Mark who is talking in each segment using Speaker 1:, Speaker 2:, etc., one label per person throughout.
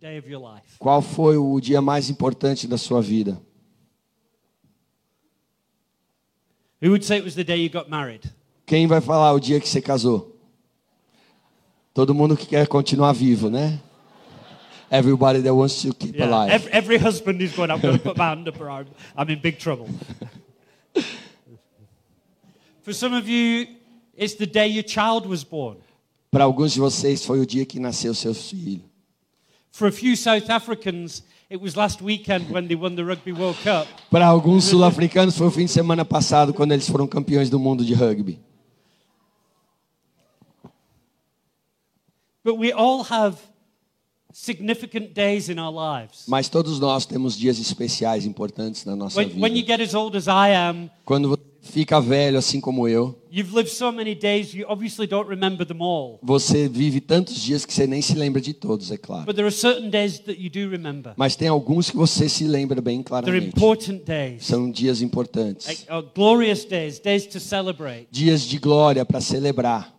Speaker 1: day of your life?
Speaker 2: Qual foi o dia mais importante da sua vida?
Speaker 1: Who would say it was the day you got married?
Speaker 2: Quem vai falar o dia que você casou? Todo mundo que quer continuar vivo, né? Everybody that wants to keep
Speaker 1: Yeah.
Speaker 2: alive.
Speaker 1: Every, every husband is going, I'm going to put my hand up or I'm, I'm in big trouble. For some of you, it's the day your child was born.
Speaker 2: Para alguns de vocês foi o dia que nasceu seu filho.
Speaker 1: For a few South Africans, it was last weekend when they won the Rugby World Cup.
Speaker 2: Para alguns sul-africanos foi o fim de semana passado quando eles foram campeões do mundo de rugby.
Speaker 1: But we all have significant days in our lives.
Speaker 2: Mas todos nós temos dias especiais importantes na nossa
Speaker 1: When, when you
Speaker 2: vida.
Speaker 1: get as old as I am,
Speaker 2: Quando você fica velho assim como eu,
Speaker 1: you've lived so many days, you obviously don't remember them all.
Speaker 2: você vive tantos dias que você nem se lembra de todos, é claro.
Speaker 1: But there are certain days that you do remember.
Speaker 2: Mas tem alguns que você se lembra bem
Speaker 1: They're
Speaker 2: claramente.
Speaker 1: important days,
Speaker 2: São dias importantes.
Speaker 1: uh, glorious days, days to celebrate.
Speaker 2: Dias de glória para celebrar.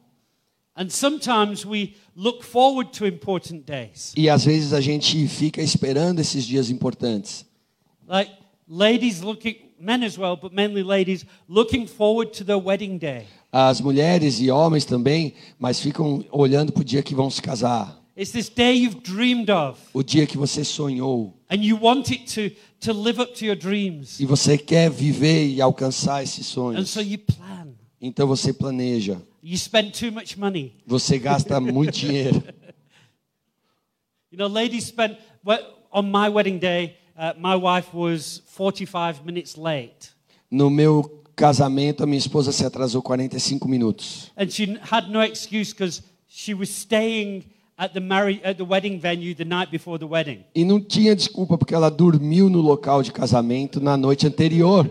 Speaker 1: And sometimes we look forward to important days.
Speaker 2: E às vezes a gente fica esperando esses dias importantes.
Speaker 1: Like ladies looking, men as well, but mainly ladies, looking forward to their wedding day.
Speaker 2: As mulheres e homens também, mas ficam olhando para o dia que vão se casar.
Speaker 1: It's this day you've dreamed of,
Speaker 2: O dia que você sonhou.
Speaker 1: and you want it to, to live up to your dreams.
Speaker 2: E você quer viver e alcançar esses
Speaker 1: And
Speaker 2: sonhos.
Speaker 1: so you plan.
Speaker 2: Então você planeja.
Speaker 1: You spend too much money.
Speaker 2: Você gasta muito dinheiro.
Speaker 1: You know, ladies spent, well, on my wedding day, uh, my wife was 45 minutes late.
Speaker 2: No meu casamento, a minha esposa se atrasou 45 minutos.
Speaker 1: And she had no excuse because she was staying at the, marri- at the wedding venue the night before the wedding.
Speaker 2: E não tinha desculpa porque ela dormiu no local de casamento na noite anterior.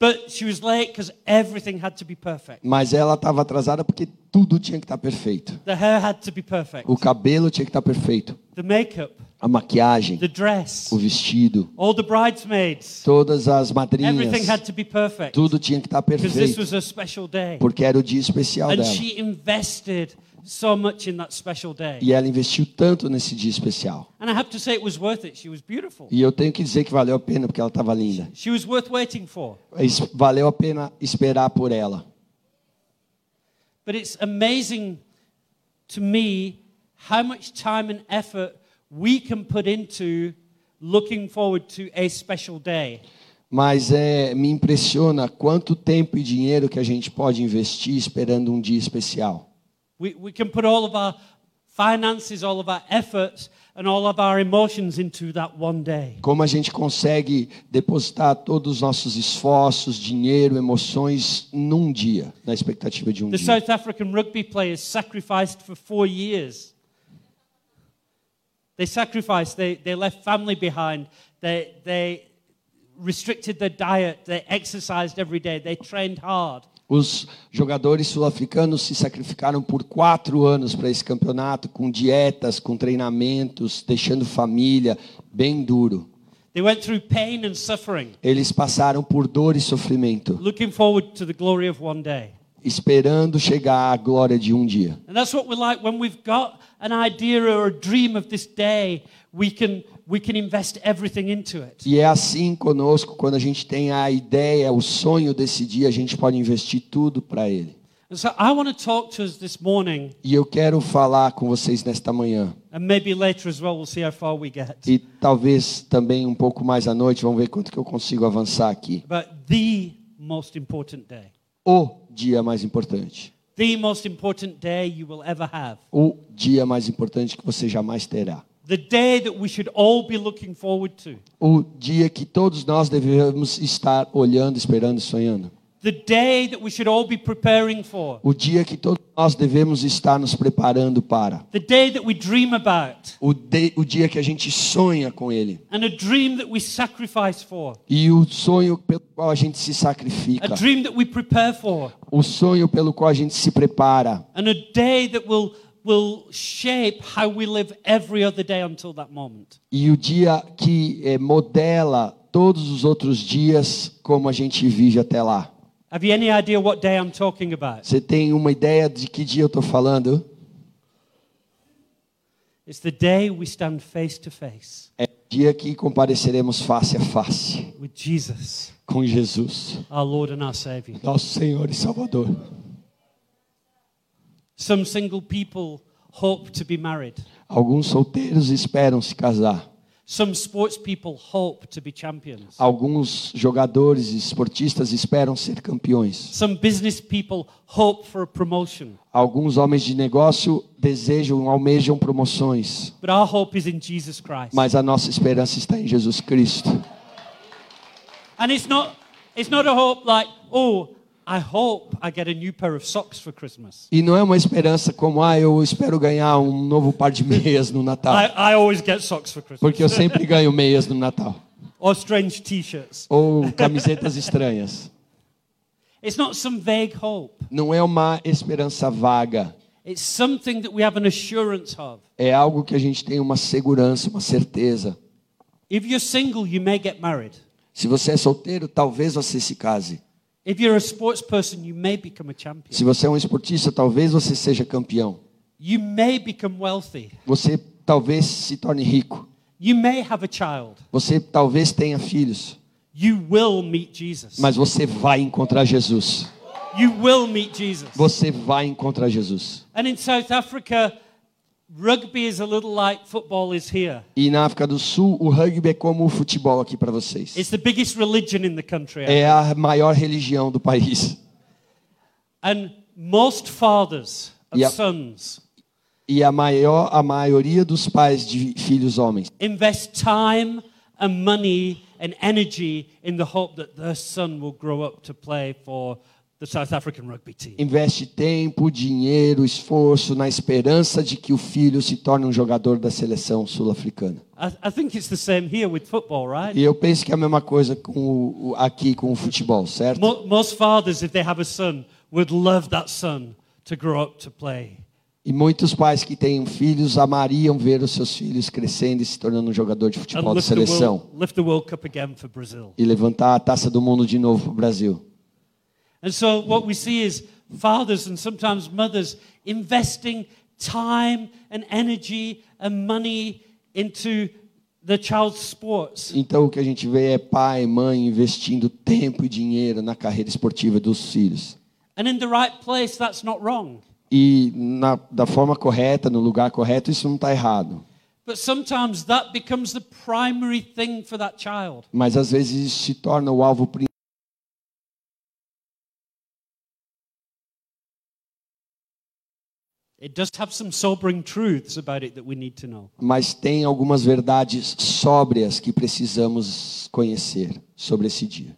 Speaker 1: But she was late because everything had to be perfect.
Speaker 2: Mas ela estava atrasada porque tudo tinha que estar perfeito.
Speaker 1: The hair had to be perfect.
Speaker 2: O cabelo tinha que estar perfeito.
Speaker 1: The makeup,
Speaker 2: A maquiagem,
Speaker 1: the dress,
Speaker 2: o vestido,
Speaker 1: all the bridesmaids,
Speaker 2: todas as
Speaker 1: everything
Speaker 2: madrinhas,
Speaker 1: had to be perfect
Speaker 2: tudo tinha que estar
Speaker 1: because this
Speaker 2: perfeito.
Speaker 1: was a special day.
Speaker 2: Porque era o dia especial
Speaker 1: And
Speaker 2: dela.
Speaker 1: she invested so much in that special day.
Speaker 2: E ela investiu tanto nesse dia especial.
Speaker 1: And I have to say, it was worth it. She was beautiful.
Speaker 2: E eu tenho que dizer que valeu a pena porque ela estava linda.
Speaker 1: She was worth waiting for.
Speaker 2: Es- Valeu a pena esperar por ela.
Speaker 1: But it's amazing to me how much time and effort we can put into looking forward to a special day.
Speaker 2: Mas é, me impressiona quanto tempo e dinheiro que a gente pode investir esperando um dia especial.
Speaker 1: We, we can put all of our finances, all of our efforts, and all of our emotions into that one day.
Speaker 2: Como a gente consegue depositar todos os nossos esforços, dinheiro, emoções num dia, na expectativa de um
Speaker 1: The
Speaker 2: dia.
Speaker 1: South African rugby players sacrificed for four years. They sacrificed, they, they left family behind, they, they restricted their diet, they exercised every day, they trained hard.
Speaker 2: Os jogadores sul-africanos se sacrificaram por quatro anos para esse campeonato, com dietas, com treinamentos, deixando família, bem duro.
Speaker 1: They went through pain and suffering,
Speaker 2: Eles passaram por dor e sofrimento,
Speaker 1: looking forward to the glory of one day.
Speaker 2: esperando chegar à glória de um dia.
Speaker 1: And that's what we're like when we've got an idea or a dream of this day, we can, we can invest everything into it.
Speaker 2: E é assim conosco, quando a gente tem a ideia, o sonho desse dia, a gente pode investir tudo para ele.
Speaker 1: And so I want to talk to us this morning,
Speaker 2: E eu quero falar com vocês nesta manhã,
Speaker 1: and maybe later as well, we'll see how far we get,
Speaker 2: e talvez também um pouco mais à noite, vamos ver quanto que eu consigo avançar aqui.
Speaker 1: about the most important day.
Speaker 2: O dia mais importante.
Speaker 1: The most important day you will ever have.
Speaker 2: O dia mais importante que você jamais terá.
Speaker 1: The day that we should all be looking forward to.
Speaker 2: O dia que todos nós devemos estar olhando, esperando e sonhando.
Speaker 1: The day that we should all be preparing for.
Speaker 2: O dia que todos nós devemos estar nos preparando para.
Speaker 1: The day that we dream about.
Speaker 2: O, de- o dia que a gente sonha com ele.
Speaker 1: And a dream that we sacrifice for.
Speaker 2: E o sonho pelo qual a gente se sacrifica.
Speaker 1: A dream that we prepare for.
Speaker 2: O sonho pelo qual a gente se prepara.
Speaker 1: And a day that will, will shape how we live every other day until that moment.
Speaker 2: E o dia que eh, modela todos os outros dias como a gente vive até lá.
Speaker 1: Have you any idea what day I'm talking about?
Speaker 2: Você tem uma ideia de que dia eu estou falando?
Speaker 1: It's the day we stand face to face
Speaker 2: É o dia que compareceremos face a face
Speaker 1: with Jesus,
Speaker 2: com Jesus,
Speaker 1: our Lord and our Savior.
Speaker 2: nosso Senhor e Salvador.
Speaker 1: Some single people hope to be married.
Speaker 2: Alguns solteiros esperam se casar.
Speaker 1: Some sports people hope to be champions.
Speaker 2: Alguns jogadores e esportistas esperam ser campeões.
Speaker 1: Some business people hope for a promotion.
Speaker 2: Alguns homens de negócio desejam, almejam promoções.
Speaker 1: But our hope is in Jesus Christ.
Speaker 2: Mas a nossa esperança está em Jesus Cristo.
Speaker 1: And it's not, it's not a hope like, oh, I hope I get a new pair of socks for Christmas.
Speaker 2: E não é uma esperança como, ah, eu espero ganhar um novo par de meias no
Speaker 1: I,
Speaker 2: Natal.
Speaker 1: I always get socks for Christmas.
Speaker 2: Porque eu sempre ganho meias no Natal.
Speaker 1: Or strange t shirts.
Speaker 2: Ou camisetas estranhas.
Speaker 1: It's not some vague hope.
Speaker 2: Não é uma esperança vaga.
Speaker 1: It's something that we have an assurance of.
Speaker 2: É algo que a gente tem uma segurança, uma certeza.
Speaker 1: If you're single, you may get married.
Speaker 2: Se você é solteiro, talvez você se case.
Speaker 1: If you're a sports person, you may become a champion.
Speaker 2: Se você é um esportista, talvez você seja campeão.
Speaker 1: You may become wealthy.
Speaker 2: Você talvez se torne rico.
Speaker 1: You may have a child.
Speaker 2: Você talvez tenha filhos.
Speaker 1: You will meet Jesus.
Speaker 2: Mas você vai encontrar Jesus.
Speaker 1: You will meet Jesus.
Speaker 2: Você vai encontrar Jesus.
Speaker 1: And in South Africa, rugby is a little like football is here.
Speaker 2: E na África do Sul, o rugby é como o futebol aqui para vocês.
Speaker 1: It's the biggest religion in the country.
Speaker 2: É a maior religião do país.
Speaker 1: And most fathers of
Speaker 2: Yep.
Speaker 1: sons
Speaker 2: E a maior a maioria dos pais de filhos homens
Speaker 1: invest time and money and energy in the hope that their son will grow up to play for the South African rugby team.
Speaker 2: investe tempo, dinheiro, esforço na esperança de que o filho se torne um jogador da seleção sul-africana.
Speaker 1: I, I think it's the same here with football, right?
Speaker 2: E eu penso que é a mesma coisa com o, o- aqui com o futebol, certo?
Speaker 1: Mo- most fathers, if they have a son, would love that son to grow up to play.
Speaker 2: E muitos pais que têm filhos amariam ver os seus filhos crescendo e se tornando um jogador de
Speaker 1: And
Speaker 2: futebol da
Speaker 1: lift the,
Speaker 2: seleção
Speaker 1: world, lift the World Cup again for Brazil.
Speaker 2: e levantar a taça do mundo de novo para o Brasil.
Speaker 1: And so what we see is fathers and sometimes mothers investing time and energy and money into the child's sports.
Speaker 2: Então o que a gente vê é pai e mãe investindo tempo e dinheiro na carreira esportiva dos filhos.
Speaker 1: And in the right place, that's not wrong.
Speaker 2: E na, da forma correta, no lugar correto, isso não está errado.
Speaker 1: But sometimes that becomes the primary thing for that child.
Speaker 2: Mas às vezes isso se torna o alvo principal.
Speaker 1: It does have some sobering truths about it that we need to know.
Speaker 2: Mas tem algumas verdades sóbrias que precisamos conhecer sobre esse dia.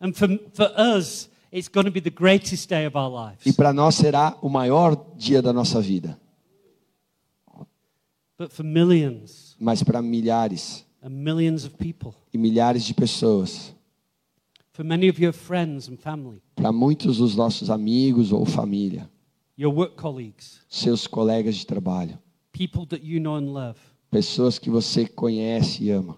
Speaker 1: And for, for us, it's going to be the greatest day of our
Speaker 2: E
Speaker 1: lives.
Speaker 2: para nós será o maior dia da nossa vida.
Speaker 1: But for millions
Speaker 2: mas para milhares
Speaker 1: and millions of people,
Speaker 2: e milhares de pessoas,
Speaker 1: for many of your friends and family,
Speaker 2: para muitos dos nossos amigos ou família,
Speaker 1: your work colleagues,
Speaker 2: seus colegas de trabalho,
Speaker 1: people that you know and love,
Speaker 2: pessoas que você conhece e ama.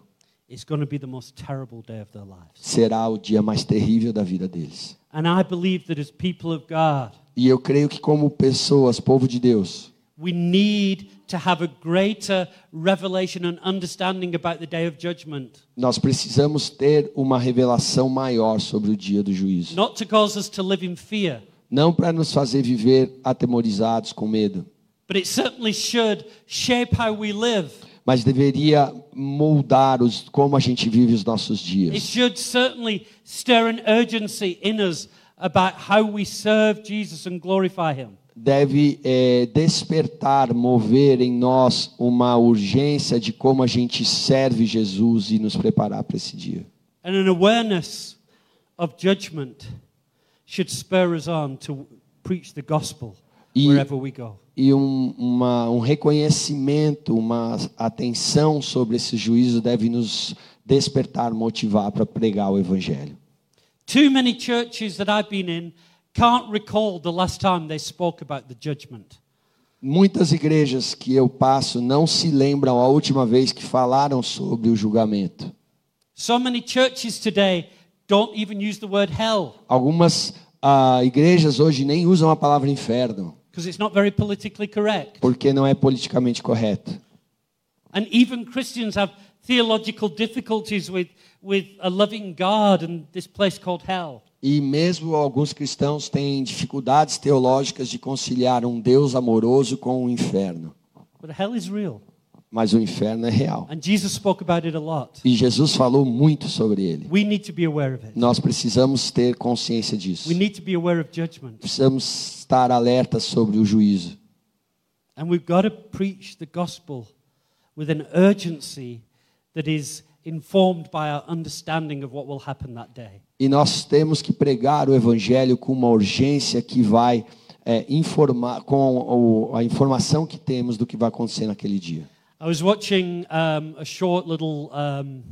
Speaker 1: it's going to be the most terrible day of their lives.
Speaker 2: Será o dia mais terrível da vida deles.
Speaker 1: And I believe that as people of God,
Speaker 2: E eu creio que como pessoas, povo de Deus,
Speaker 1: we need to have a greater revelation and understanding about the day of judgment,
Speaker 2: nós precisamos ter uma revelação maior sobre o dia do juízo,
Speaker 1: not to cause us to live in fear,
Speaker 2: não para nos fazer viver atemorizados com medo,
Speaker 1: but it certainly should shape how we live.
Speaker 2: mas deveria moldar os como a gente vive os nossos dias.
Speaker 1: It should certainly stir an urgency in us about how we serve Jesus and glorify Him.
Speaker 2: deve eh, despertar, mover em nós uma urgência de como a gente serve Jesus e nos preparar para esse dia.
Speaker 1: And an awareness of judgment should spur us on to preach the gospel
Speaker 2: E-
Speaker 1: wherever we go.
Speaker 2: E um, uma, um reconhecimento, uma atenção sobre esse juízo deve nos despertar, motivar para pregar o evangelho.
Speaker 1: Too many churches that I've been in can't recall the last time they spoke about the judgment.
Speaker 2: Muitas igrejas que eu passo não se lembram a última vez que falaram sobre o julgamento.
Speaker 1: So many churches today don't even use the word hell
Speaker 2: Algumas ah, igrejas hoje nem usam a palavra inferno,
Speaker 1: because it's not very politically correct.
Speaker 2: porque não é politicamente correto.
Speaker 1: And even Christians have theological difficulties with, with a loving God and this place called hell.
Speaker 2: E mesmo alguns cristãos têm dificuldades teológicas de conciliar um Deus amoroso com o inferno.
Speaker 1: But hell is real.
Speaker 2: Mas o inferno é real.
Speaker 1: And Jesus spoke about it a lot.
Speaker 2: E Jesus falou muito sobre ele.
Speaker 1: We need to be aware of it.
Speaker 2: Nós precisamos ter consciência disso.
Speaker 1: We need to be aware of judgment.
Speaker 2: Precisamos estar alertas sobre o juízo.
Speaker 1: And we've got to preach the gospel with an urgency that is informed by our understanding of what will happen that day.
Speaker 2: E nós temos que pregar o evangelho com uma urgência que vai é, informar, com o- a informação que temos do que vai acontecer naquele dia.
Speaker 1: I was watching um, a short little um,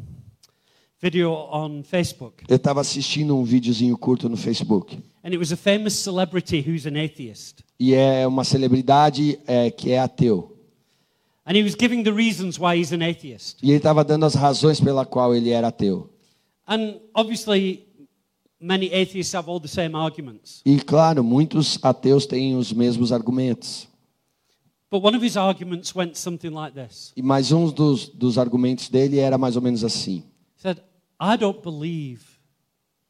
Speaker 1: video on Facebook,
Speaker 2: Eu estava assistindo um videozinho curto no Facebook.
Speaker 1: and it was a famous celebrity who's an atheist.
Speaker 2: E é uma celebridade é, que é ateu.
Speaker 1: And he was giving the reasons why he's an atheist.
Speaker 2: E ele estava dando as razões pela qual ele era ateu.
Speaker 1: And obviously, many atheists have all the same arguments.
Speaker 2: E claro, muitos ateus têm os mesmos argumentos.
Speaker 1: But one of his arguments went something like this
Speaker 2: E mais um dos, dos argumentos dele era mais ou menos assim:
Speaker 1: He said, I don't believe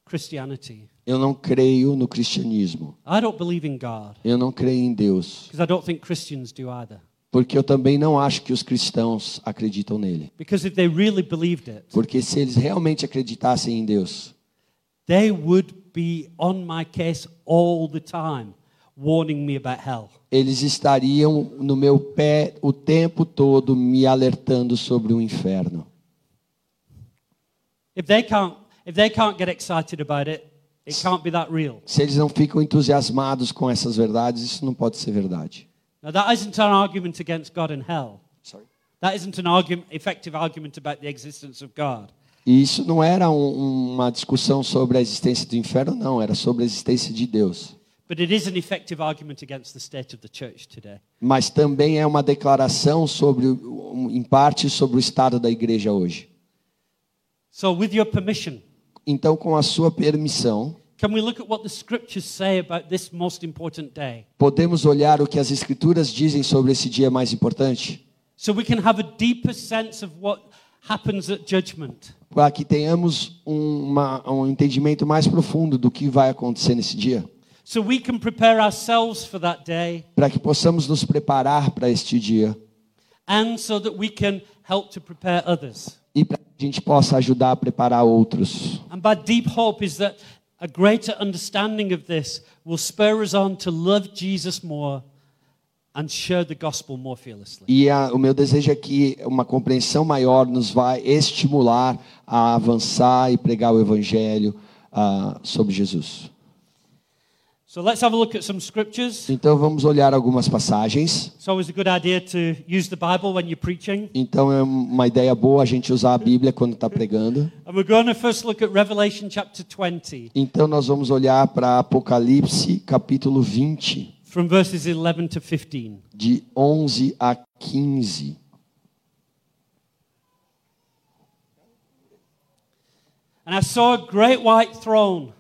Speaker 1: Christianity,
Speaker 2: Eu não creio no cristianismo.
Speaker 1: I don't believe in God,
Speaker 2: Eu não creio em Deus,
Speaker 1: because I don't think Christians do either.
Speaker 2: porque eu também não acho que os cristãos acreditam nele.
Speaker 1: Because if they really believed it,
Speaker 2: Porque se eles realmente acreditassem em Deus,
Speaker 1: they would be on my case all the time, warning me about hell.
Speaker 2: eles estariam no meu pé o tempo todo me alertando sobre o inferno.
Speaker 1: If they can't, if they can't get excited about it, it can't be that real.
Speaker 2: Se eles não ficam entusiasmados com essas verdades, isso não pode ser verdade.
Speaker 1: Now, that isn't an argument against God and hell. That isn't an argument, effective argument about the existence of God.
Speaker 2: E isso não era um- uma discussão sobre a existência do inferno, não, era sobre a existência de Deus.
Speaker 1: But it is an effective argument against the state of the church today.
Speaker 2: Mas também é uma declaração sobre, o- um, em parte, sobre o estado da igreja hoje.
Speaker 1: So, with your permission,
Speaker 2: Então, com a sua permissão,
Speaker 1: can we look at what the scriptures say about this most important day?
Speaker 2: podemos olhar o que as escrituras dizem sobre esse dia mais importante,
Speaker 1: So we can have a deeper sense of what happens at judgment.
Speaker 2: para que tenhamos um- uma- um entendimento mais profundo do que vai acontecer nesse dia,
Speaker 1: So we can prepare ourselves for that day
Speaker 2: para que possamos nos preparar para este dia
Speaker 1: and so that we can help to prepare others.
Speaker 2: e para que a gente possa ajudar a preparar outros.
Speaker 1: And my deep hope is that a greater understanding of this will spur us on to love Jesus more and share the gospel more fearlessly.
Speaker 2: E a- o meu desejo é que uma compreensão maior nos vai estimular a avançar e pregar o evangelho ah, sobre Jesus.
Speaker 1: So let's have a look at some scriptures.
Speaker 2: Então vamos olhar algumas passagens.
Speaker 1: It's always a good idea to use the Bible when you're preaching.
Speaker 2: Então é uma ideia boa a gente usar a Bíblia quando está pregando.
Speaker 1: And we're going to first look at Revelation chapter 20
Speaker 2: Então nós vamos olhar para Apocalipse capítulo 20,
Speaker 1: from verses 11 to 15.
Speaker 2: de 11 a 15.
Speaker 1: And I saw a great white throne,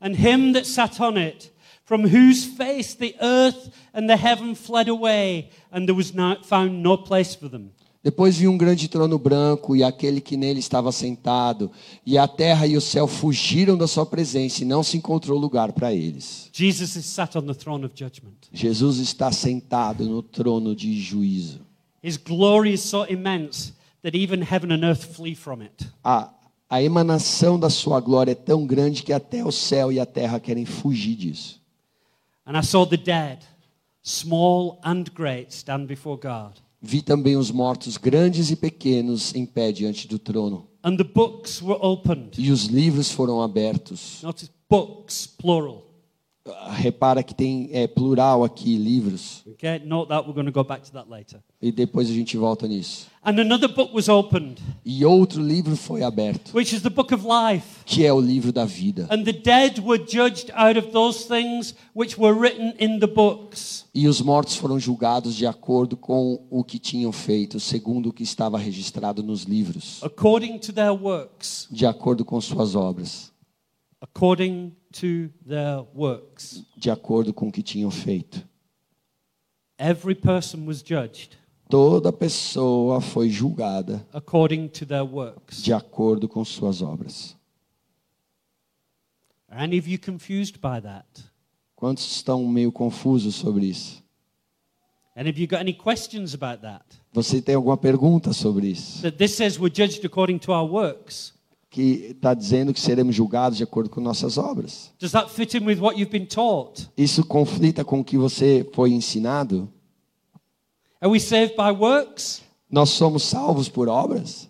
Speaker 1: and him that sat on it, from whose face the earth and the heaven fled away, and there was no, found no place for them.
Speaker 2: Depois vi um grande trono branco e aquele que nele estava sentado, e a terra e o céu fugiram da sua presença e não se encontrou lugar para eles.
Speaker 1: Jesus is sat on the throne of judgment.
Speaker 2: Jesus está sentado no trono de juízo.
Speaker 1: His glory is so immense that even heaven and earth flee from it.
Speaker 2: A, a emanação da sua glória é tão grande que até o céu e a terra querem fugir disso.
Speaker 1: And I saw the dead, small and great, stand before God.
Speaker 2: Vi também os mortos, grandes e pequenos, em pé diante do trono.
Speaker 1: And the books were opened.
Speaker 2: E os livros foram abertos.
Speaker 1: Notice books, plural.
Speaker 2: Ah, Repara que tem é, plural aqui, livros.
Speaker 1: Okay, note that. We're going to go back to that later.
Speaker 2: E depois a gente volta nisso.
Speaker 1: And another book was opened,
Speaker 2: E outro livro foi aberto,
Speaker 1: which is the book of life.
Speaker 2: que é o livro da vida.
Speaker 1: And the dead were judged out of those things which were written in the books.
Speaker 2: E os mortos foram julgados de acordo com o que tinham feito, segundo o que estava registrado nos livros,
Speaker 1: according to their works.
Speaker 2: de acordo com suas obras,
Speaker 1: According to their works.
Speaker 2: de acordo com o que tinham feito.
Speaker 1: Every person was judged
Speaker 2: Toda pessoa foi julgada
Speaker 1: according to their works.
Speaker 2: de acordo com suas obras.
Speaker 1: Are any of you confused by that?
Speaker 2: Quantos estão meio confusos sobre isso?
Speaker 1: Any of you got any questions about that?
Speaker 2: Você tem alguma pergunta sobre isso?
Speaker 1: That this says we're judged according to our works.
Speaker 2: Que está dizendo que seremos julgados de acordo com nossas obras.
Speaker 1: Does that fit in with what you've been taught?
Speaker 2: Isso conflita com o que você foi ensinado?
Speaker 1: Are we saved by works?
Speaker 2: Nós somos salvos por obras?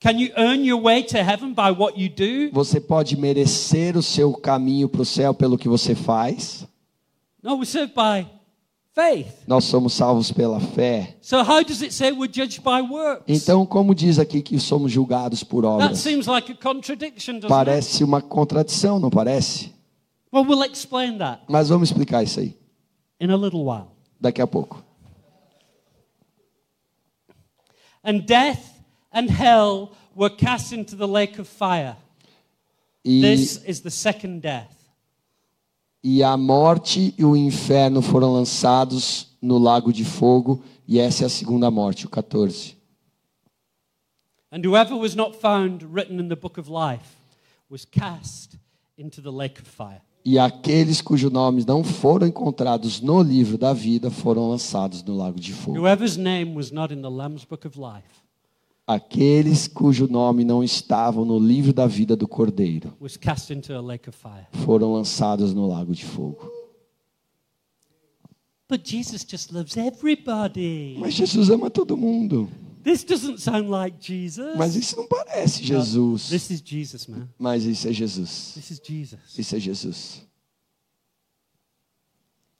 Speaker 1: Can you earn your way to heaven by what you do?
Speaker 2: Você pode merecer o seu caminho para o céu pelo que você faz?
Speaker 1: No, we're saved by faith.
Speaker 2: Nós somos salvos pela fé.
Speaker 1: So how does it say we're judged by works?
Speaker 2: Então, como diz aqui que somos julgados por
Speaker 1: that
Speaker 2: obras?
Speaker 1: seems like a contradiction, doesn't it?
Speaker 2: Parece uma contradição, não parece?
Speaker 1: Well, we'll explain that
Speaker 2: Mas vamos explicar isso aí
Speaker 1: in a little while.
Speaker 2: daqui a pouco.
Speaker 1: And death and hell were cast into the lake of fire.
Speaker 2: E,
Speaker 1: This is the second death.
Speaker 2: e a morte e o inferno foram lançados no lago de fogo, e essa é a segunda morte, o 14.
Speaker 1: And whoever was not found written in the book of life was cast into the lake of fire.
Speaker 2: E aqueles cujos nomes não foram encontrados no livro da vida foram lançados no lago de fogo.
Speaker 1: Whoever's name was not in the Lamb's book of life
Speaker 2: Aqueles cujo nome não estavam no livro da vida do cordeiro
Speaker 1: was cast into a lake of fire.
Speaker 2: foram lançados no lago de fogo.
Speaker 1: But Jesus just loves everybody.
Speaker 2: Mas Jesus ama todo mundo.
Speaker 1: This doesn't sound like Jesus.
Speaker 2: Mas isso não parece
Speaker 1: No,
Speaker 2: Jesus.
Speaker 1: This is Jesus, man.
Speaker 2: Mas isso é Jesus.
Speaker 1: This is Jesus.
Speaker 2: Isso é Jesus.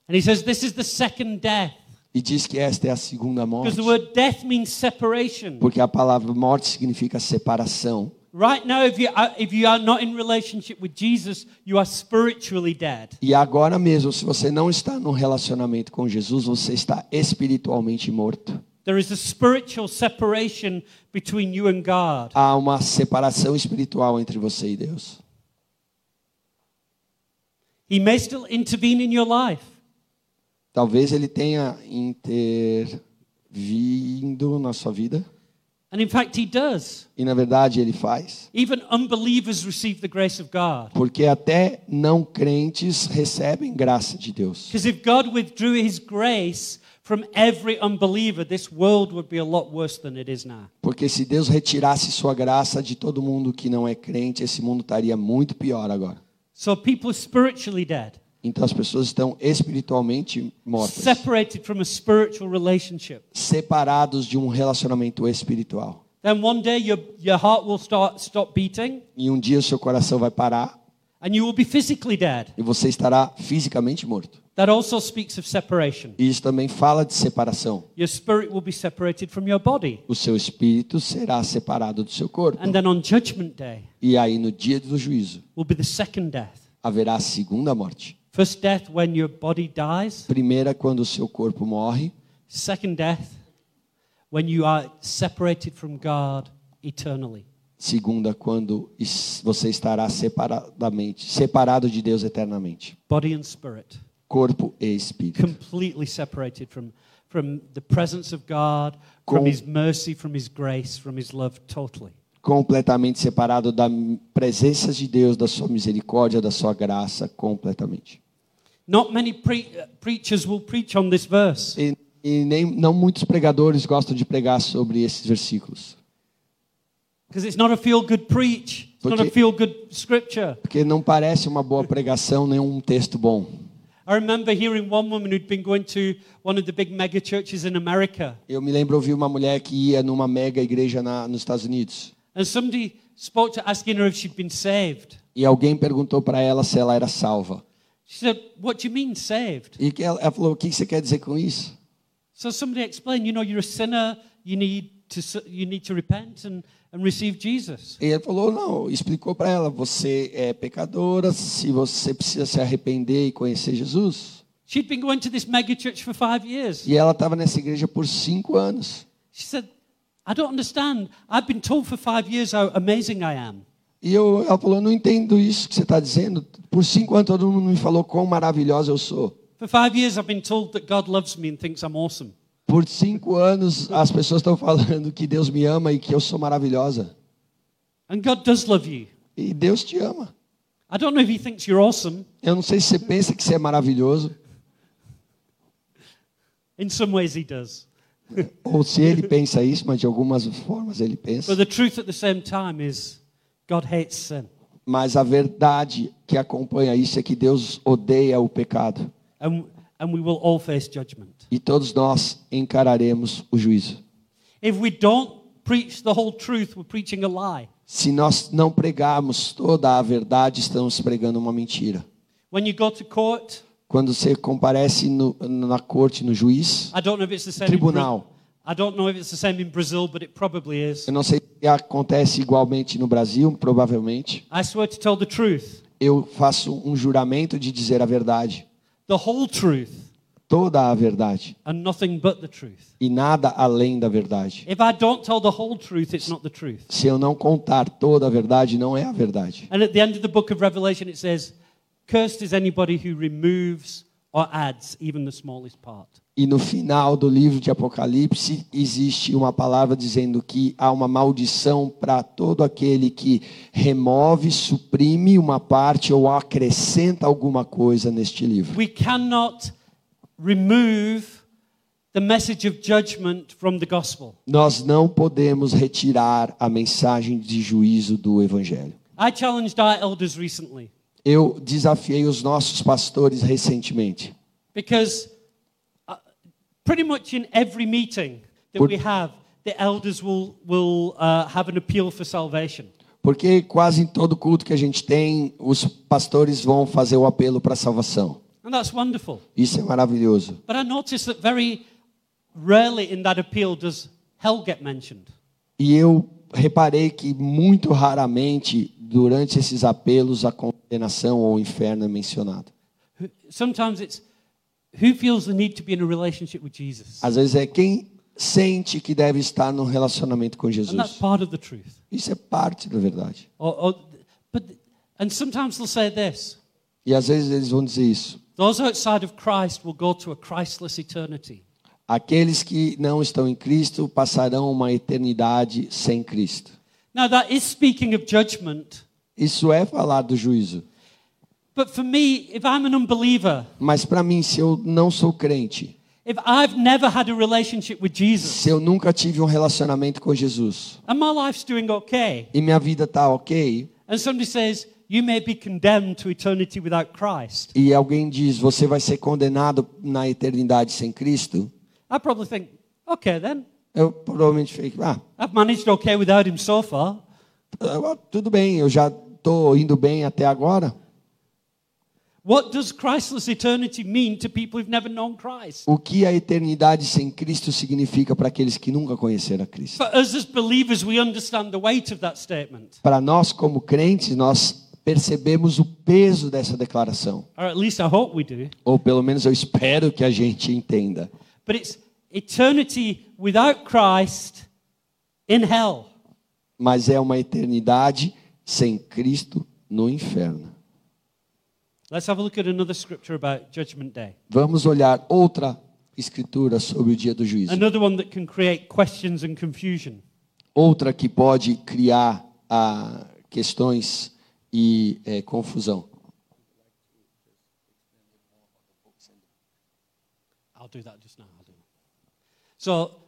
Speaker 1: And he says this is the second death.
Speaker 2: E diz que esta é a segunda
Speaker 1: Because
Speaker 2: morte.
Speaker 1: the word death means separation.
Speaker 2: Porque a palavra morte significa separação.
Speaker 1: Right now, if you, are, if you are not in relationship with Jesus, you are spiritually dead.
Speaker 2: E agora mesmo, se você não está num relacionamento com Jesus, você está espiritualmente morto.
Speaker 1: There is a spiritual separation between you and God.
Speaker 2: Há uma separação espiritual entre você e Deus.
Speaker 1: He may still intervene in your life,
Speaker 2: Talvez ele tenha intervindo na sua vida.
Speaker 1: and in fact, He does.
Speaker 2: E na verdade ele faz.
Speaker 1: Even unbelievers receive the grace of God.
Speaker 2: Porque até não crentes recebem graça de Deus.
Speaker 1: Because if God withdrew His grace from every unbeliever, this world would be a lot worse than it is now.
Speaker 2: Porque se Deus retirasse sua graça de todo mundo que não é crente, esse mundo estaria muito pior agora.
Speaker 1: So people are spiritually dead,
Speaker 2: Então as pessoas estão espiritualmente mortas,
Speaker 1: separated from a spiritual relationship.
Speaker 2: separados de um relacionamento espiritual.
Speaker 1: Then one day your, your heart will start, stop beating
Speaker 2: E um dia o seu coração vai parar
Speaker 1: and you will be physically dead.
Speaker 2: e você estará fisicamente morto.
Speaker 1: That also speaks of separation.
Speaker 2: E isso também fala de separação.
Speaker 1: Your spirit will be separated from your body.
Speaker 2: O seu espírito será separado do seu corpo.
Speaker 1: And then on Judgment Day
Speaker 2: E aí no dia do juízo
Speaker 1: will be the second death.
Speaker 2: haverá a segunda morte.
Speaker 1: First death when your body dies,
Speaker 2: Primeira quando o seu corpo morre,
Speaker 1: second death when you are separated from God eternally.
Speaker 2: segunda quando es- você estará separadamente, separado de Deus eternamente.
Speaker 1: Body and spirit,
Speaker 2: corpo e espírito,
Speaker 1: completely separated from, from the presence of God, from
Speaker 2: Com-
Speaker 1: His mercy, from His grace, from His love, totally.
Speaker 2: completamente separado da presença de Deus, da sua misericórdia, da sua graça, completamente.
Speaker 1: Not many pre- uh, preachers will preach on this verse.
Speaker 2: E, e nem não muitos pregadores gostam de pregar sobre esses versículos,
Speaker 1: Because it's not a feel good preach. It's not a
Speaker 2: Porque-
Speaker 1: feel good scripture.
Speaker 2: porque não parece uma boa pregação nem um texto bom.
Speaker 1: I remember hearing one woman who'd been going to one of the big mega churches in America,
Speaker 2: Eu me lembro ouvir uma mulher que ia numa mega igreja na, nos Estados Unidos
Speaker 1: and somebody spoke to asking her if she'd been saved.
Speaker 2: e alguém perguntou para ela se ela era salva.
Speaker 1: She said, What do you mean saved?
Speaker 2: E que ela, ela falou: "O que que você quer dizer com isso?"
Speaker 1: So somebody explained, You know, you're a sinner, you need to, s- you need to repent and, and receive Jesus.
Speaker 2: E ele falou, não, explicou para ela, você é pecadora, se você precisa se arrepender e conhecer Jesus.
Speaker 1: She'd been going to this mega church for five years.
Speaker 2: E ela estava nessa igreja por cinco anos.
Speaker 1: She said, I don't understand. I've been told for five years how amazing I am.
Speaker 2: E eu, ela falou, não entendo isso que você está dizendo. Por cinco anos todo mundo me falou quão maravilhosa eu sou.
Speaker 1: For five years, I've been told that God loves me and thinks I'm awesome.
Speaker 2: Por cinco anos as pessoas estão falando que Deus me ama e que eu sou maravilhosa.
Speaker 1: And God does love you.
Speaker 2: E Deus te ama.
Speaker 1: I don't know if He thinks you're awesome.
Speaker 2: Eu não sei se você pensa que você é maravilhoso
Speaker 1: In some ways, He does.
Speaker 2: ou se ele pensa isso, mas de algumas formas ele
Speaker 1: But
Speaker 2: pensa.
Speaker 1: the truth at the same time is God hates sin.
Speaker 2: Mas a verdade que acompanha isso é que Deus odeia o pecado
Speaker 1: And, and we will all face judgment.
Speaker 2: e todos nós encararemos o juízo.
Speaker 1: If we don't preach the whole truth, we're preaching a lie.
Speaker 2: Se nós não pregarmos toda a verdade, estamos pregando uma mentira.
Speaker 1: When you go to court,
Speaker 2: Quando você comparece no- na corte, no juiz,
Speaker 1: I don't know if it's the same. In
Speaker 2: Tribunal.
Speaker 1: Bra- I don't know if it's the same in Brazil, but it probably is.
Speaker 2: eu não sei se acontece igualmente no Brasil, provavelmente,
Speaker 1: I swear to tell the truth,
Speaker 2: eu faço um juramento de dizer a verdade,
Speaker 1: the whole truth,
Speaker 2: toda a verdade
Speaker 1: and nothing but the truth.
Speaker 2: e nada além da verdade.
Speaker 1: If I don't tell the whole truth, it's not the truth.
Speaker 2: Se eu não contar toda a verdade, não é a verdade.
Speaker 1: And at the end of the book of Revelation, it says, Cursed is anybody who removes or adds even the smallest part.
Speaker 2: E no final do livro de Apocalipse existe uma palavra dizendo que há uma maldição para todo aquele que remove, suprime uma parte ou acrescenta alguma coisa neste livro.
Speaker 1: We cannot remove the message of judgment from the gospel.
Speaker 2: Nós não podemos retirar a mensagem de juízo do evangelho.
Speaker 1: I challenged our elders recently
Speaker 2: Eu desafiei os nossos pastores recentemente,
Speaker 1: because uh, pretty much in every meeting that
Speaker 2: Would-
Speaker 1: we have, the elders will, will uh, have an appeal for salvation.
Speaker 2: porque quase em todo culto que a gente tem, os pastores vão fazer o apelo para a salvação.
Speaker 1: And that's wonderful.
Speaker 2: Isso é maravilhoso.
Speaker 1: But I noticed that very rarely in that appeal does hell get mentioned.
Speaker 2: E eu reparei que muito raramente, durante esses apelos, a condenação ou o inferno é mencionado.
Speaker 1: Who- Sometimes it's who feels the need to be in a relationship with Jesus?
Speaker 2: Às vezes é quem sente que deve estar num relacionamento com
Speaker 1: And that's
Speaker 2: Jesus.
Speaker 1: part of the truth.
Speaker 2: Isso é parte da verdade.
Speaker 1: Or, or, but, and sometimes they'll say this
Speaker 2: E às vezes eles vão dizer isso.
Speaker 1: those outside of Christ will go to a Christless eternity.
Speaker 2: Aqueles que não estão em Cristo passarão uma eternidade sem Cristo.
Speaker 1: Now, that is speaking of judgment,
Speaker 2: Isso é falar do juízo.
Speaker 1: but for me, if I'm an unbeliever,
Speaker 2: Mas para mim, se eu não sou crente,
Speaker 1: if I've never had a relationship with Jesus
Speaker 2: se eu nunca tive um relacionamento com Jesus
Speaker 1: and my life's doing okay,
Speaker 2: e minha vida tá ok,
Speaker 1: and somebody says, you may be condemned to eternity without Christ,
Speaker 2: e alguém diz você vai ser condenado na eternidade sem Cristo,
Speaker 1: I probably think, okay, then.
Speaker 2: eu provavelmente fico, ah,
Speaker 1: I've managed okay without him so far.
Speaker 2: ah, tudo bem, eu já estou indo bem até agora.
Speaker 1: What does Christless eternity mean to people who've never known Christ?
Speaker 2: O que a eternidade sem Cristo significa para aqueles que nunca conheceram a Cristo?
Speaker 1: For us as believers, we understand the weight of that statement,
Speaker 2: Para nós, como crentes, nós percebemos o peso dessa declaração.
Speaker 1: or at least I hope we do.
Speaker 2: Ou pelo menos eu espero que a gente entenda.
Speaker 1: But it's eternity without Christ in hell.
Speaker 2: Mas é uma eternidade sem Cristo no inferno.
Speaker 1: Let's have a look at another scripture about Judgment Day.
Speaker 2: Vamos olhar outra escritura sobre o dia do juízo.
Speaker 1: Another one that can create questions and confusion.
Speaker 2: outra que pode criar ah, questões e eh, confusão.
Speaker 1: I'll do that just now. I'll do that. So,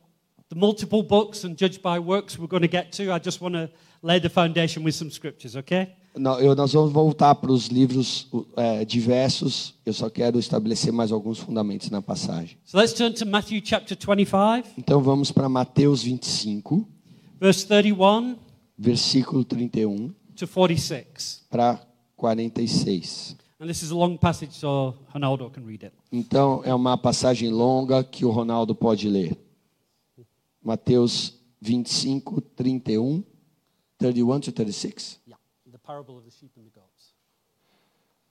Speaker 1: the multiple books and judge by works we're going to get to. I just want to lay the foundation with some scriptures, okay?
Speaker 2: Nó- eu- nós vamos voltar para os livros o- eh, diversos. Eu só quero estabelecer mais alguns fundamentos na passagem.
Speaker 1: So let's turn to Matthew chapter 25,
Speaker 2: Então vamos para Mateus 25,
Speaker 1: verse 31
Speaker 2: versículo 31
Speaker 1: to 46.
Speaker 2: para 46.
Speaker 1: And this is a long passage, so Ronaldo can read it.
Speaker 2: Então é uma passagem longa que o Ronaldo pode ler. Mateus 25, 31, 31 to 36.
Speaker 1: Yeah, the parable of the sheep and the goats.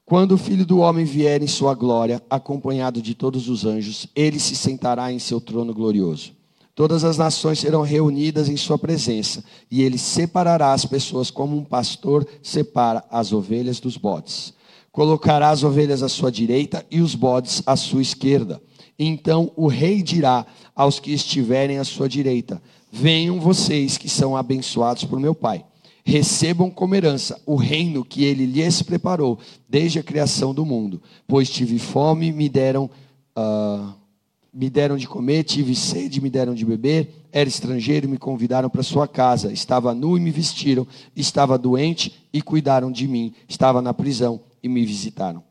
Speaker 2: Quando o filho do homem vier em sua glória, acompanhado de todos os anjos, ele se sentará em seu trono glorioso. Todas as nações serão reunidas em sua presença, e ele separará as pessoas como um pastor separa as ovelhas dos bodes. Colocará as ovelhas à sua direita e os bodes à sua esquerda. Então o rei dirá aos que estiverem à sua direita: Venham vocês que são abençoados por meu Pai. Recebam como herança o reino que ele lhes preparou desde a criação do mundo. Pois tive fome, me deram, ah, me deram de comer, tive sede, me deram de beber, era estrangeiro, me convidaram para sua casa, estava nu e me vestiram, estava doente e cuidaram de mim, estava na prisão e me visitaram.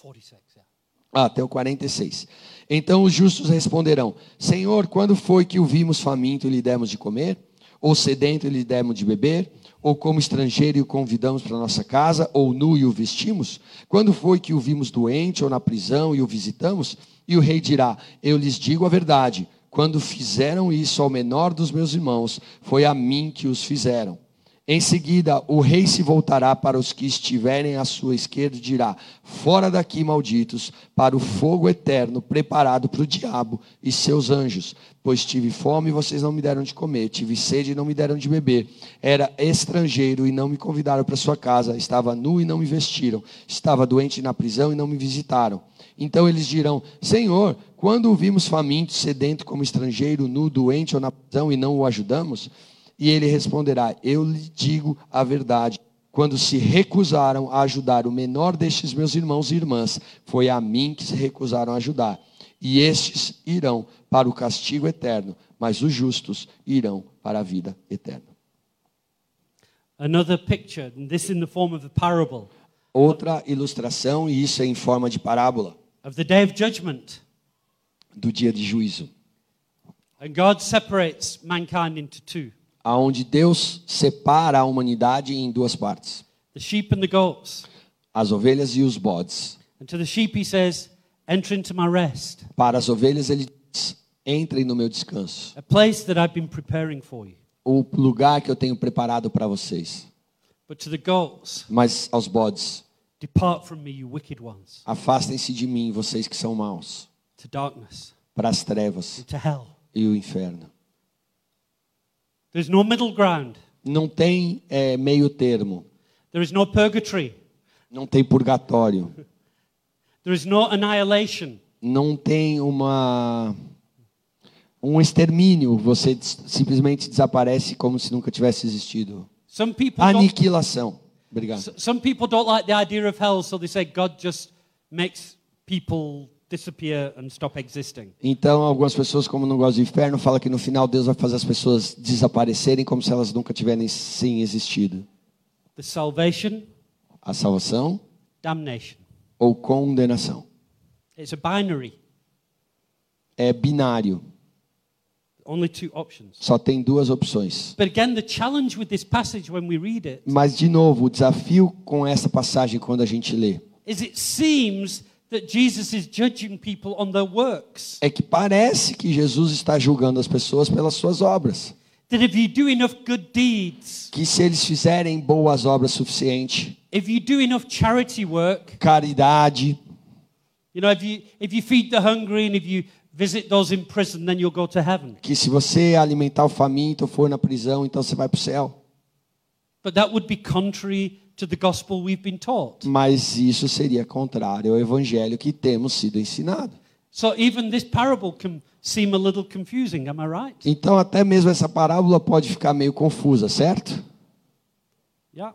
Speaker 1: 46, yeah.
Speaker 2: Ah, Até o 46. Então os justos responderão: Senhor, quando foi que o vimos faminto e lhe demos de comer? Ou sedento e lhe demos de beber? Ou como estrangeiro e o convidamos para nossa casa? Ou nu e o vestimos? Quando foi que o vimos doente ou na prisão e o visitamos? E o rei dirá: Eu lhes digo a verdade. Quando fizeram isso ao menor dos meus irmãos, foi a mim que os fizeram. Em seguida, o rei se voltará para os que estiverem à sua esquerda e dirá: Fora daqui, malditos, para o fogo eterno preparado para o diabo e seus anjos. Pois tive fome e vocês não me deram de comer, tive sede e não me deram de beber. Era estrangeiro e não me convidaram para sua casa, estava nu e não me vestiram, estava doente na prisão e não me visitaram. Então eles dirão: Senhor, quando o vimos faminto, sedento como estrangeiro, nu, doente ou na prisão e não o ajudamos? E ele responderá: Eu lhe digo a verdade. Quando se recusaram a ajudar o menor destes meus irmãos e irmãs, foi a mim que se recusaram a ajudar. E estes irão para o castigo eterno, mas os justos irão para a vida eterna.
Speaker 1: Another picture, and this in the form of a parable,
Speaker 2: Outra ilustração, e isso é em forma de parábola,
Speaker 1: of the day of judgment.
Speaker 2: do dia de juízo,
Speaker 1: And God separates mankind into two
Speaker 2: aonde Deus separa a humanidade em duas partes,
Speaker 1: the sheep and the goats.
Speaker 2: as ovelhas e os bodes.
Speaker 1: And to the sheep, he says, Enter into my rest,
Speaker 2: Para as ovelhas ele diz: Entrem no meu descanso,
Speaker 1: a place that I've been preparing for you.
Speaker 2: o lugar que eu tenho preparado para vocês.
Speaker 1: But to the goats,
Speaker 2: Mas aos bodes,
Speaker 1: Depart from me, you wicked ones,
Speaker 2: Afastem-se de mim, vocês que são maus,
Speaker 1: to darkness,
Speaker 2: para as trevas
Speaker 1: into hell.
Speaker 2: e o inferno.
Speaker 1: There's no middle ground.
Speaker 2: Não tem eh, meio termo,
Speaker 1: There is no purgatory.
Speaker 2: não tem purgatório,
Speaker 1: There is no annihilation.
Speaker 2: não tem uma um extermínio. Você des- simplesmente desaparece como se nunca tivesse existido.
Speaker 1: Some people, don't,
Speaker 2: Aniquilação. Obrigado.
Speaker 1: s- some people don't like the idea of hell, so they say God just makes people disappear and stop existing.
Speaker 2: Então, algumas pessoas, como não gostam do inferno, falam que no final Deus vai fazer as pessoas desaparecerem como se elas nunca tivessem sim existido.
Speaker 1: The salvation,
Speaker 2: A salvação
Speaker 1: damnation.
Speaker 2: ou condenação.
Speaker 1: It's a binary,
Speaker 2: É binário.
Speaker 1: only two options.
Speaker 2: Só tem duas opções.
Speaker 1: But again, the challenge with this passage when we read it
Speaker 2: Mas, de novo, o desafio com essa passagem, quando a gente lê,
Speaker 1: is it seems that Jesus is judging people on their works.
Speaker 2: é que parece que Jesus está julgando as pessoas pelas suas obras.
Speaker 1: That if you do enough good deeds,
Speaker 2: Que se eles fizerem boas obras suficiente,
Speaker 1: if you do enough charity work,
Speaker 2: caridade,
Speaker 1: you know, if you, if you feed the hungry and if you visit those in prison, then you'll go to heaven.
Speaker 2: que se você alimentar o faminto ou for na prisão, então você vai para o céu.
Speaker 1: But that would be contrary to the gospel we've been taught.
Speaker 2: Mas isso seria contrário ao evangelho que temos sido ensinado.
Speaker 1: So even this parable can seem a little confusing, am I right?
Speaker 2: Então, até mesmo essa parábola pode ficar meio confusa, certo?
Speaker 1: Yeah.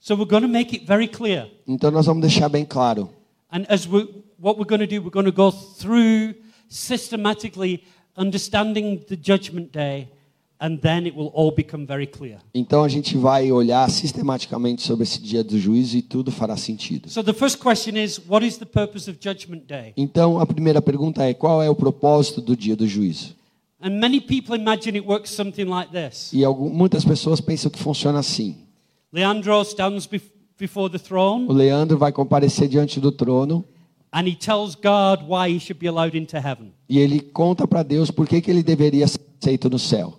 Speaker 1: So we're going to make it very clear.
Speaker 2: Então, nós vamos deixar bem claro.
Speaker 1: And as we, what we're going to do, we're going to go through systematically understanding the judgment day, and then it will all become very clear.
Speaker 2: Então a gente vai olhar sistematicamente sobre esse dia do juízo e tudo fará sentido.
Speaker 1: So the first question is what is the purpose of judgment day?
Speaker 2: Então a primeira pergunta é qual é o propósito do dia do juízo?
Speaker 1: And many people imagine it works something like this
Speaker 2: E algum- muitas pessoas pensam que funciona assim.
Speaker 1: Leandro stands bef- before the
Speaker 2: O
Speaker 1: throne,
Speaker 2: Leandro vai comparecer diante do trono
Speaker 1: and he tells God why he should be allowed into heaven.
Speaker 2: e ele conta para Deus por que, que ele deveria ser aceito no céu.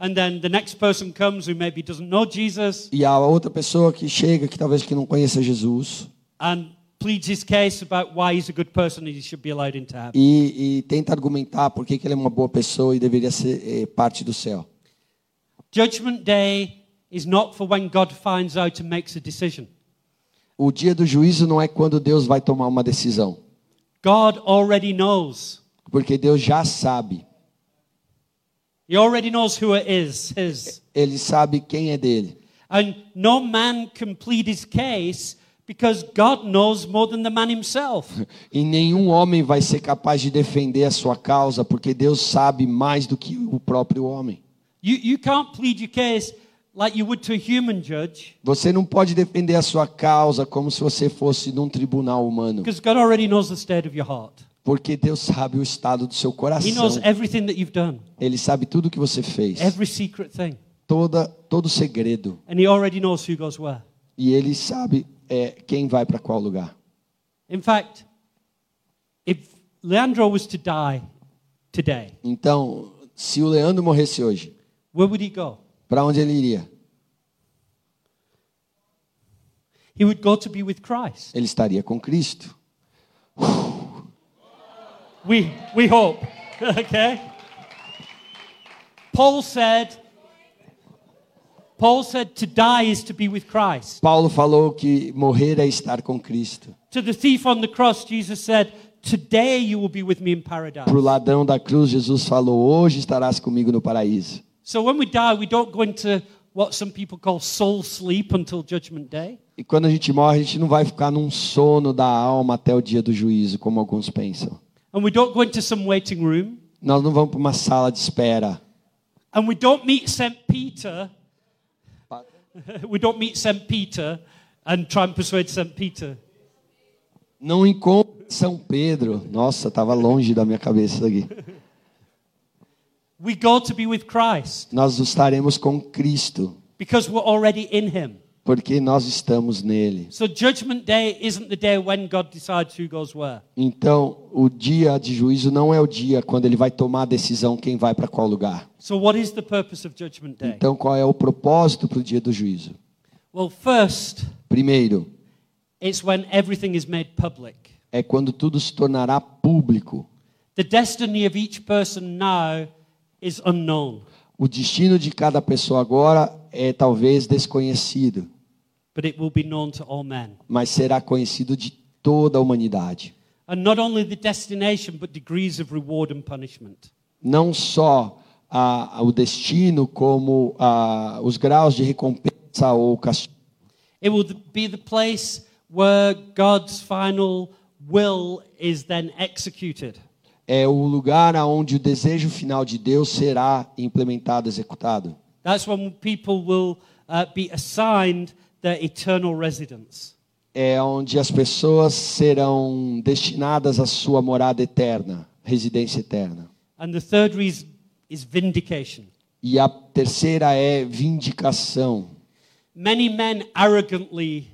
Speaker 1: And then the next person comes who maybe doesn't know Jesus
Speaker 2: E a outra pessoa que chega, que talvez que não conheça Jesus,
Speaker 1: and pleads his case about why he's a good person and he should be allowed into heaven.
Speaker 2: e, e tenta argumentar por que, que ele é uma boa pessoa e deveria ser eh, parte do céu.
Speaker 1: Judgment Day is not for when God finds out and makes a decision.
Speaker 2: O dia do juízo não é quando Deus vai tomar uma decisão,
Speaker 1: God already knows.
Speaker 2: porque Deus já sabe.
Speaker 1: He already knows who it is, his.
Speaker 2: Ele sabe quem é dele.
Speaker 1: And no man can plead his case because God knows more than the man himself.
Speaker 2: E nenhum homem vai ser capaz de defender a sua causa, porque Deus sabe mais do que o próprio homem.
Speaker 1: You, you can't plead your case like you would to a human judge
Speaker 2: Você não pode defender a sua causa como se você fosse num tribunal humano,
Speaker 1: because God already knows the state of your heart.
Speaker 2: porque Deus sabe o estado do seu
Speaker 1: He
Speaker 2: coração.
Speaker 1: knows everything that you've done,
Speaker 2: Ele sabe tudo o que você fez,
Speaker 1: every secret thing.
Speaker 2: toda todo segredo,
Speaker 1: And He already knows who goes where.
Speaker 2: e Ele sabe é, quem vai para qual lugar.
Speaker 1: In fact, if Leandro was to die today,
Speaker 2: Então, se o Leandro morresse hoje,
Speaker 1: where would he go?
Speaker 2: para onde ele iria?
Speaker 1: He would go to be with Christ.
Speaker 2: Ele estaria com Cristo.
Speaker 1: We, we hope. okay? Paul said, Paul said, to die is to be with Christ.
Speaker 2: Paulo falou que morrer é estar com Cristo.
Speaker 1: To the thief on the cross, Jesus said, Today you will be with me in paradise.
Speaker 2: Para o ladrão da cruz, Jesus falou: Hoje estarás comigo no paraíso.
Speaker 1: So when we die, we don't go into what some people call soul sleep until judgment day.
Speaker 2: E quando a gente morre, a gente não vai ficar num sono da alma até o dia do juízo, como alguns pensam.
Speaker 1: And we don't go into some waiting room.
Speaker 2: Nós não vamos para uma sala de espera.
Speaker 1: And we don't meet St. Peter. we don't meet St. Peter and try and persuade St. Peter.
Speaker 2: Não encontro São Pedro. Nossa, estava longe da minha cabeça isso aqui.
Speaker 1: We go to be with Christ
Speaker 2: Nós estaremos com Cristo,
Speaker 1: because we're already in him.
Speaker 2: porque nós estamos nele.
Speaker 1: So judgment day isn't the day when God decides who goes where.
Speaker 2: Então, o dia de juízo não é o dia quando ele vai tomar a decisão quem vai para qual lugar.
Speaker 1: So what is the purpose of judgment day?
Speaker 2: Então, qual é o propósito para o dia do juízo?
Speaker 1: Well, first,
Speaker 2: Primeiro,
Speaker 1: it's when everything is made public.
Speaker 2: é quando tudo se tornará público.
Speaker 1: The destiny of each person now is unknown,
Speaker 2: O destino de cada pessoa agora é talvez desconhecido,
Speaker 1: but it will be known to all men.
Speaker 2: mas será conhecido de toda a humanidade.
Speaker 1: And not only the destination, but degrees of reward and punishment.
Speaker 2: Não só ah, o destino, como ah, os graus de recompensa ou castigo.
Speaker 1: It will be the place where God's final will is then executed.
Speaker 2: É o lugar aonde o desejo final de Deus será implementado, executado.
Speaker 1: That's when people will uh, be assigned their eternal residence.
Speaker 2: É onde as pessoas serão destinadas à sua morada eterna, residência eterna.
Speaker 1: And the third reason is vindication.
Speaker 2: E a terceira é vindicação.
Speaker 1: Many men arrogantly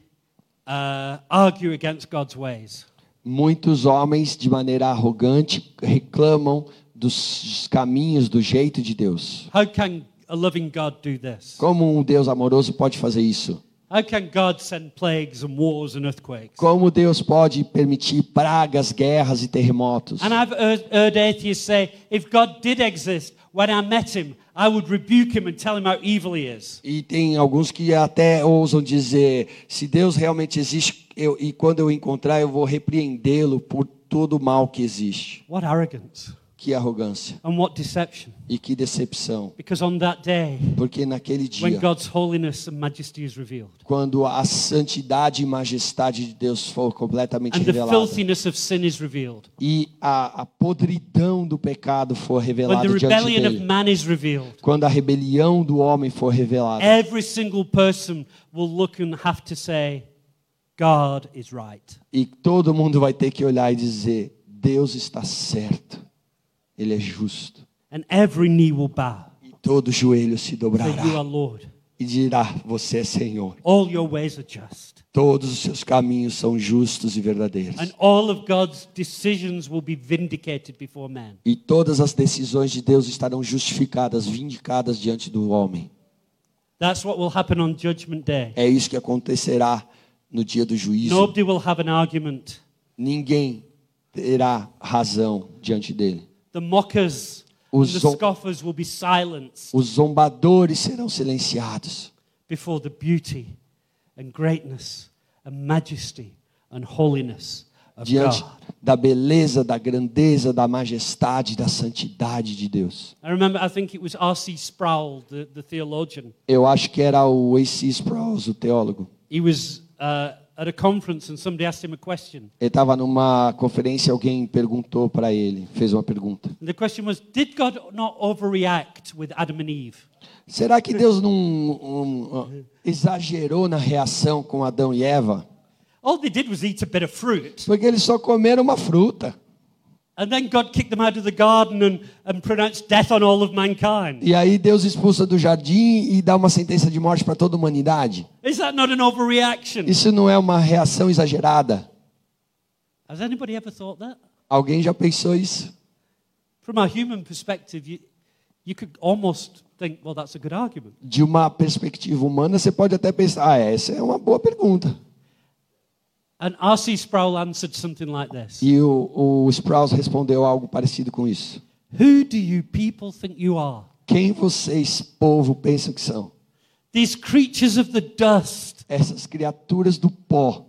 Speaker 1: uh, argue against God's ways.
Speaker 2: Muitos homens, de maneira arrogante, reclamam dos caminhos, do jeito de Deus.
Speaker 1: How can a loving God do this?
Speaker 2: Como um Deus amoroso pode fazer isso?
Speaker 1: How can God send plagues and wars and earthquakes?
Speaker 2: Como Deus pode permitir pragas, guerras e terremotos?
Speaker 1: And I've heard, heard atheists say, if God did exist, when I met him, I would rebuke him and tell him how evil he is.
Speaker 2: E tem alguns que até ousam dizer: se Deus realmente existe, eu, e quando eu o encontrar, eu vou repreendê-lo por todo o mal que existe.
Speaker 1: What arrogance
Speaker 2: Que arrogância
Speaker 1: and what deception.
Speaker 2: e que decepção.
Speaker 1: Because on that day,
Speaker 2: Porque naquele
Speaker 1: when
Speaker 2: dia,
Speaker 1: God's holiness and majesty is revealed,
Speaker 2: quando a santidade e majestade de Deus for completamente
Speaker 1: and the
Speaker 2: revelada,
Speaker 1: filthiness of sin is revealed,
Speaker 2: e a, a podridão do pecado for
Speaker 1: when
Speaker 2: revelada
Speaker 1: the
Speaker 2: diante
Speaker 1: rebellion of
Speaker 2: dele,
Speaker 1: man is revealed,
Speaker 2: quando a rebelião do homem for revelada,
Speaker 1: every single person will look and have to say, God is right.
Speaker 2: e todo mundo vai ter que olhar e dizer: Deus está certo, Ele é justo,
Speaker 1: And every knee will bow.
Speaker 2: e todo joelho se
Speaker 1: Say, You
Speaker 2: dobrará
Speaker 1: are Lord.
Speaker 2: e dirá: Você é Senhor.
Speaker 1: All your ways are just.
Speaker 2: Todos os seus caminhos são justos e verdadeiros,
Speaker 1: And all of God's decisions will be vindicated before man.
Speaker 2: e todas as decisões de Deus estarão justificadas, vindicadas diante do homem.
Speaker 1: That's what will happen on Judgment Day.
Speaker 2: É isso que acontecerá no dia do juízo.
Speaker 1: Nobody will have an argument.
Speaker 2: Ninguém terá razão diante dele.
Speaker 1: The mockers
Speaker 2: Os
Speaker 1: and the
Speaker 2: zo-
Speaker 1: scoffers will be silenced
Speaker 2: Os zombadores serão silenciados
Speaker 1: before the beauty and greatness and majesty and holiness of
Speaker 2: diante
Speaker 1: God.
Speaker 2: da beleza, da grandeza, da majestade, da santidade de Deus.
Speaker 1: I remember, I think it was R.C. Sproul, the, the theologian.
Speaker 2: Eu acho que era o A.C. Sprouse, o teólogo.
Speaker 1: He was uh, at a conference and somebody asked him a question.
Speaker 2: Ele estava numa conferência, alguém perguntou para ele, fez uma pergunta.
Speaker 1: And the question was, did God not overreact with Adam and Eve?
Speaker 2: Será que Deus não um, exagerou na reação com Adão e Eva?
Speaker 1: All they did was eat a bit of fruit.
Speaker 2: Porque eles só comeram uma fruta.
Speaker 1: And then God kicked them out of the garden and, and pronounced death on all of mankind.
Speaker 2: E aí Deus expulsa do jardim e dá uma sentença de morte para toda a humanidade.
Speaker 1: Is that not an overreaction?
Speaker 2: Isso não é uma reação exagerada?
Speaker 1: Has anybody ever thought that?
Speaker 2: Alguém já pensou isso?
Speaker 1: From a human perspective, you, you could almost think, well, that's a good argument.
Speaker 2: De uma perspectiva humana, você pode até pensar: ah, essa é uma boa pergunta.
Speaker 1: And R.C. Sproul answered something like this
Speaker 2: E o, o Sprouse respondeu algo parecido com isso.
Speaker 1: Who do you people think you are?
Speaker 2: Quem vocês, povo, pensam que são?
Speaker 1: These creatures of the dust,
Speaker 2: Essas criaturas do pó,